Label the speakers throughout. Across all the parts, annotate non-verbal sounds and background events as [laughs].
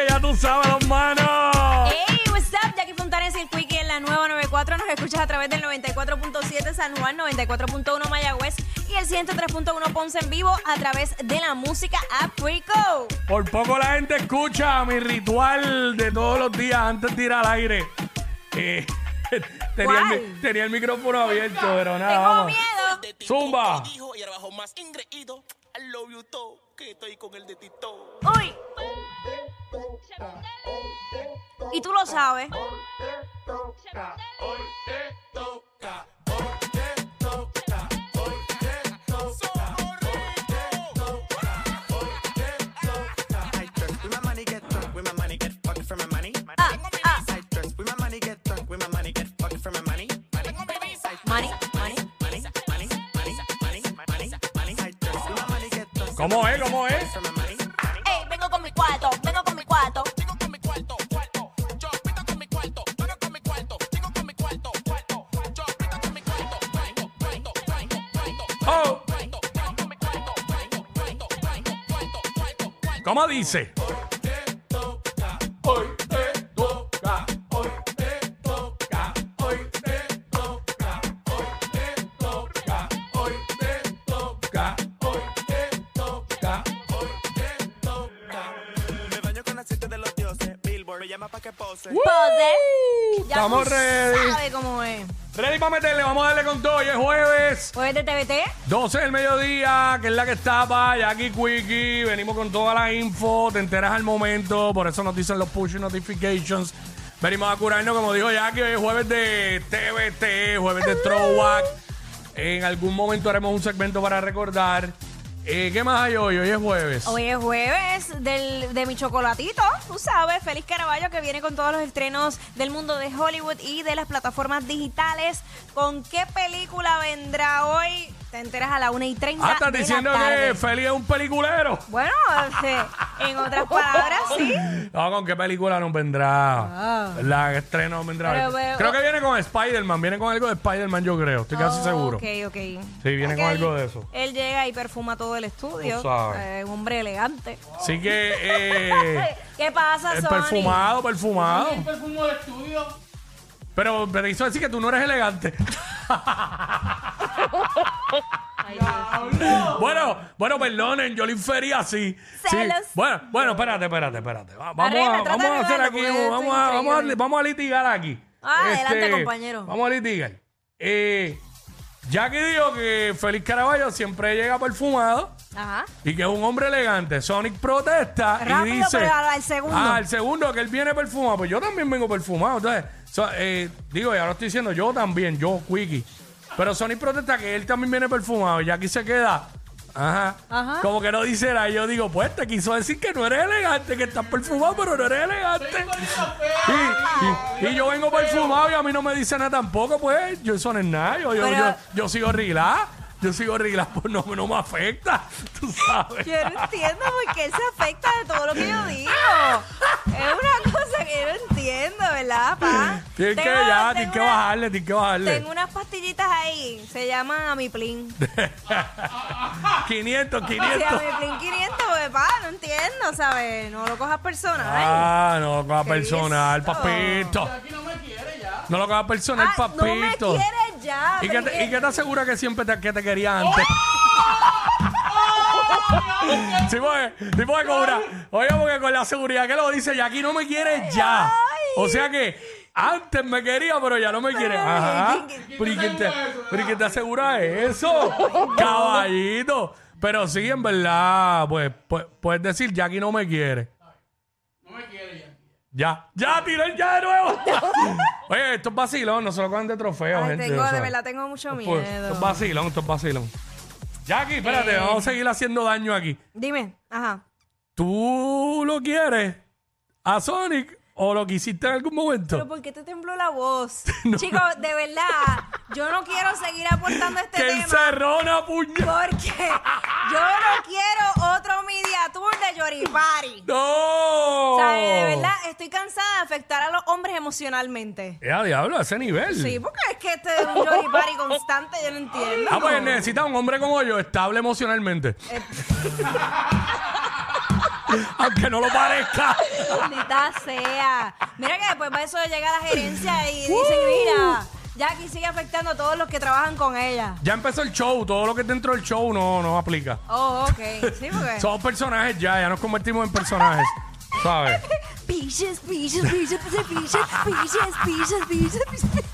Speaker 1: Ah.
Speaker 2: sabes las manos.
Speaker 1: Hey, what's up? Jackie Fontanes y el Quickie en la nueva 94. Nos escuchas a través del 94.7 San Juan, 94.1 Mayagüez y el 103.1 Ponce en vivo a través de la música App Rico.
Speaker 2: Por poco la gente escucha mi ritual de todos los días antes de ir al aire. Eh, [laughs] tenía, el, mi-
Speaker 1: ¿Cuál?
Speaker 2: tenía el micrófono abierto, pero nada,
Speaker 1: Tengo
Speaker 2: vamos.
Speaker 1: miedo.
Speaker 3: de TikTok
Speaker 2: Zumba.
Speaker 3: que dijo y ahora bajo más ingreído. I love you todo, que estoy con el de TikTok.
Speaker 1: Uy. Y tú lo sabes.
Speaker 4: I drink with my money, get drunk with my money, get fucked for my money.
Speaker 1: Ah, ah.
Speaker 4: I drink with my money, get drunk with my money, get fucked for my money. Money,
Speaker 1: Money, money.
Speaker 4: money, money, money, money, money, money. I drink with my money, get drunk
Speaker 2: ¿Cómo es? ¿Cómo es?
Speaker 4: for my money. Money,
Speaker 1: Ey, vengo con mi cuarto, vengo con mi cuarto.
Speaker 2: Oh. ¿Cómo dice? Hoy te toca, hoy te toca, hoy te toca, hoy te toca, hoy te toca, hoy te toca.
Speaker 4: Me baño con aceite de los dioses. Billboard me llama pa' que pose.
Speaker 1: Poder. Ya
Speaker 2: Estamos
Speaker 1: tú
Speaker 2: ready.
Speaker 1: sabes cómo es.
Speaker 2: Ready para meterle, vamos a darle con todo. Hoy es jueves,
Speaker 1: Pues de TVT.
Speaker 2: 12 del mediodía, que es la que está para Jackie Quickie. Venimos con toda la info, te enteras al momento, por eso nos dicen los push notifications. Venimos a curarnos, como dijo Jackie, hoy es jueves de TBT, jueves de Throwback. En algún momento haremos un segmento para recordar. Eh, ¿Qué más hay hoy? Hoy es jueves.
Speaker 1: Hoy es jueves del, de mi chocolatito, tú sabes, Feliz Caraballo que viene con todos los estrenos del mundo de Hollywood y de las plataformas digitales. ¿Con qué película vendrá hoy? Te enteras a la 1 y 30
Speaker 2: Ah, estás
Speaker 1: de la
Speaker 2: diciendo
Speaker 1: tarde.
Speaker 2: que Feli es un peliculero.
Speaker 1: Bueno, este, en otras palabras, sí.
Speaker 2: No, ¿con qué película nos vendrá? La estreno nos vendrá.
Speaker 1: Ah. Pero, pero-
Speaker 2: creo que viene con Spider-Man. Viene con algo de Spider-Man, yo creo. Estoy [laughs] casi
Speaker 1: Oh,
Speaker 2: seguro.
Speaker 1: Ok, ok.
Speaker 2: Sí, viene
Speaker 1: Ya
Speaker 2: con
Speaker 1: que
Speaker 2: algo
Speaker 1: él-
Speaker 2: de eso.
Speaker 1: Él llega y perfuma todo el estudio.
Speaker 2: Tú sabes.
Speaker 1: Eh, un hombre elegante.
Speaker 2: Así que,
Speaker 1: [laughs]
Speaker 2: eh,
Speaker 1: ¿Qué pasa,
Speaker 2: es
Speaker 1: Sony?
Speaker 2: perfumado, perfumado. Pero, pero hizo decir que tú no eres elegante. [laughs] bueno, bueno, perdonen, yo lo inferí así. Sí.
Speaker 1: Celos.
Speaker 2: Bueno, bueno, espérate, espérate, espérate. Va- Vamos,
Speaker 1: Arregla,
Speaker 2: a,
Speaker 1: trata
Speaker 2: vamos a
Speaker 1: de
Speaker 2: hacer
Speaker 1: arreglarlo,
Speaker 2: aquí,
Speaker 1: porque esto
Speaker 2: vamos
Speaker 1: es
Speaker 2: a, vamos, a,
Speaker 1: increíble.
Speaker 2: vamos a litigar aquí. Este,
Speaker 1: Ah, adelante, compañero.
Speaker 2: Vamos a litigar. Eh, ya que digo que Félix Caraballo siempre llega perfumado
Speaker 1: Ajá.
Speaker 2: y que es un hombre elegante, Sonic protesta
Speaker 1: Rápido,
Speaker 2: y dice...
Speaker 1: pero al- al segundo.
Speaker 2: Ah, al segundo, que él viene perfumado. Pues yo también vengo perfumado. Entonces, so- eh, digo, y ahora estoy diciendo yo también, yo, Quickie. Pero Sonic protesta que él también viene perfumado y aquí se queda. Ajá.
Speaker 1: Ajá.
Speaker 2: Como que no dice nada. Y Yo digo, pues te quiso decir que no eres elegante, que estás perfumado, pero no eres elegante. Y, y- y yo vengo perfumado y a mí no me dice nada tampoco, pues. Yo eso no es nada. Yo, yo,
Speaker 1: Pero-
Speaker 2: yo, yo sigo arreglado. Yo sigo arreglado, pues no, no me afecta. [laughs] Tú sabes.
Speaker 1: Yo no entiendo por qué él se afecta de todo lo que yo digo. Es una cosa que yo no entiendo, ¿verdad, pa?
Speaker 2: Tienes que,
Speaker 1: Tengo-
Speaker 2: ya,
Speaker 1: tengo
Speaker 2: tienes que
Speaker 1: una-
Speaker 2: bajarle, tienes que bajarle.
Speaker 1: Tengo unas pastillitas ahí, se llaman Amiplin. [laughs]
Speaker 2: 500,
Speaker 1: Si
Speaker 2: 500.
Speaker 1: Amiplin 500, pues, pa, no entiendo, ¿sabes? No lo cojas personal.
Speaker 2: Ah, no lo cojas
Speaker 1: Cristo.
Speaker 2: personal, papito. no lo cojas personal,
Speaker 1: Ah, no me
Speaker 2: papito.
Speaker 1: quieres ya.
Speaker 2: ¿Y, qué
Speaker 1: pero
Speaker 2: te,
Speaker 1: es
Speaker 2: y qué te asegura que siempre te, que te quería antes?
Speaker 1: ¡Oh!
Speaker 2: [laughs] Sí, porque, sí, porque con una- oye, porque con la seguridad que lo dice, y aquí no me quieres ya. O sea que antes me quería, pero ya no me quieres. Ajá. Pero ¿y quién te, pero ¿y quién te asegura eso? Caballito. Pero sí, en verdad, pues, pues, puedes decir, ya aquí no me quiere. Ya, ya, tiró el ya de nuevo. [laughs] Oye, esto es vacilón, no se lo cogen de trofeo,
Speaker 1: Ay,
Speaker 2: gente.
Speaker 1: tengo,
Speaker 2: o sea.
Speaker 1: de verdad tengo mucho
Speaker 2: Pues, esto es
Speaker 1: miedo. Eh.
Speaker 2: vacilón, esto es vacilón. Jackie, espérate, vamos a seguir haciendo daño aquí.
Speaker 1: Dime, ajá.
Speaker 2: ¿Tú lo quieres a Sonic o lo quisiste en algún
Speaker 1: Pero
Speaker 2: momento?
Speaker 1: ¿por qué te tembló
Speaker 2: [laughs]
Speaker 1: la voz? Chicos, de verdad, yo no quiero seguir aportando este
Speaker 2: ¡Que
Speaker 1: tema.
Speaker 2: encerrona, puñal!
Speaker 1: Porque yo no quiero otro media tour de Yoripari.
Speaker 2: ¡No!
Speaker 1: O sea, de verdad, estoy cansada de afectar a los hombres emocionalmente.
Speaker 2: Ya, diablo, a ese nivel.
Speaker 1: Sí, porque es que este es un Yoripari constante, yo no entiendo.
Speaker 2: Ah,
Speaker 1: Eh.
Speaker 2: pues necesita un hombre como yo, estable emocionalmente. [laughs] aunque no lo parezca.
Speaker 1: Maldita sea. Mira que después va eso llega la gerencia y dicen, mira, Jackie sigue afectando a todos los que trabajan con ella.
Speaker 2: Ya empezó el show, todo lo que es dentro del show no, no aplica.
Speaker 1: Oh, ok. Sí, porque...
Speaker 2: Somos personajes ya, ya nos convertimos en personajes. ¿Sabes?
Speaker 1: Piches, piches, piches, piches, piches, piches, piches, piches, piches.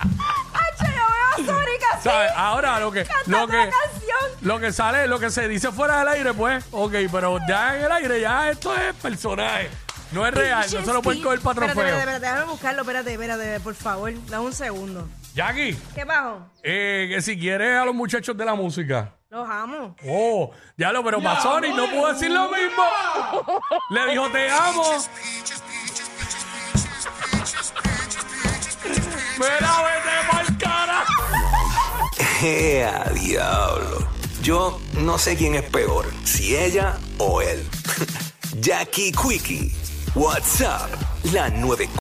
Speaker 1: Hacho, yo veo a Sonic así.
Speaker 2: ¿Sabes? Ahora lo que,
Speaker 1: Cantando
Speaker 2: lo que,
Speaker 1: la canción.
Speaker 2: lo que sale, lo que se dice fuera del aire, pues, ok, pero ya en el aire, ya esto es personaje. No es real, no se lo pueden coger para
Speaker 1: Espérate,
Speaker 2: trofeo.
Speaker 1: espérate, espérate, déjame buscarlo, espérate, espérate, por favor. Dame un segundo.
Speaker 2: Jackie,
Speaker 1: ¿Qué bajo?
Speaker 2: eh, que si quieres a los muchachos de la música.
Speaker 1: Los amo.
Speaker 2: Oh, diablo, pero para Sony no pudo decir lo mismo. Le dijo, te amo. Mira, vete pa'l cara.
Speaker 5: ¡Ea, diablo! Yo no sé quién es peor, si ella [laughs] o él. Jackie Quickie, WhatsApp, la 9.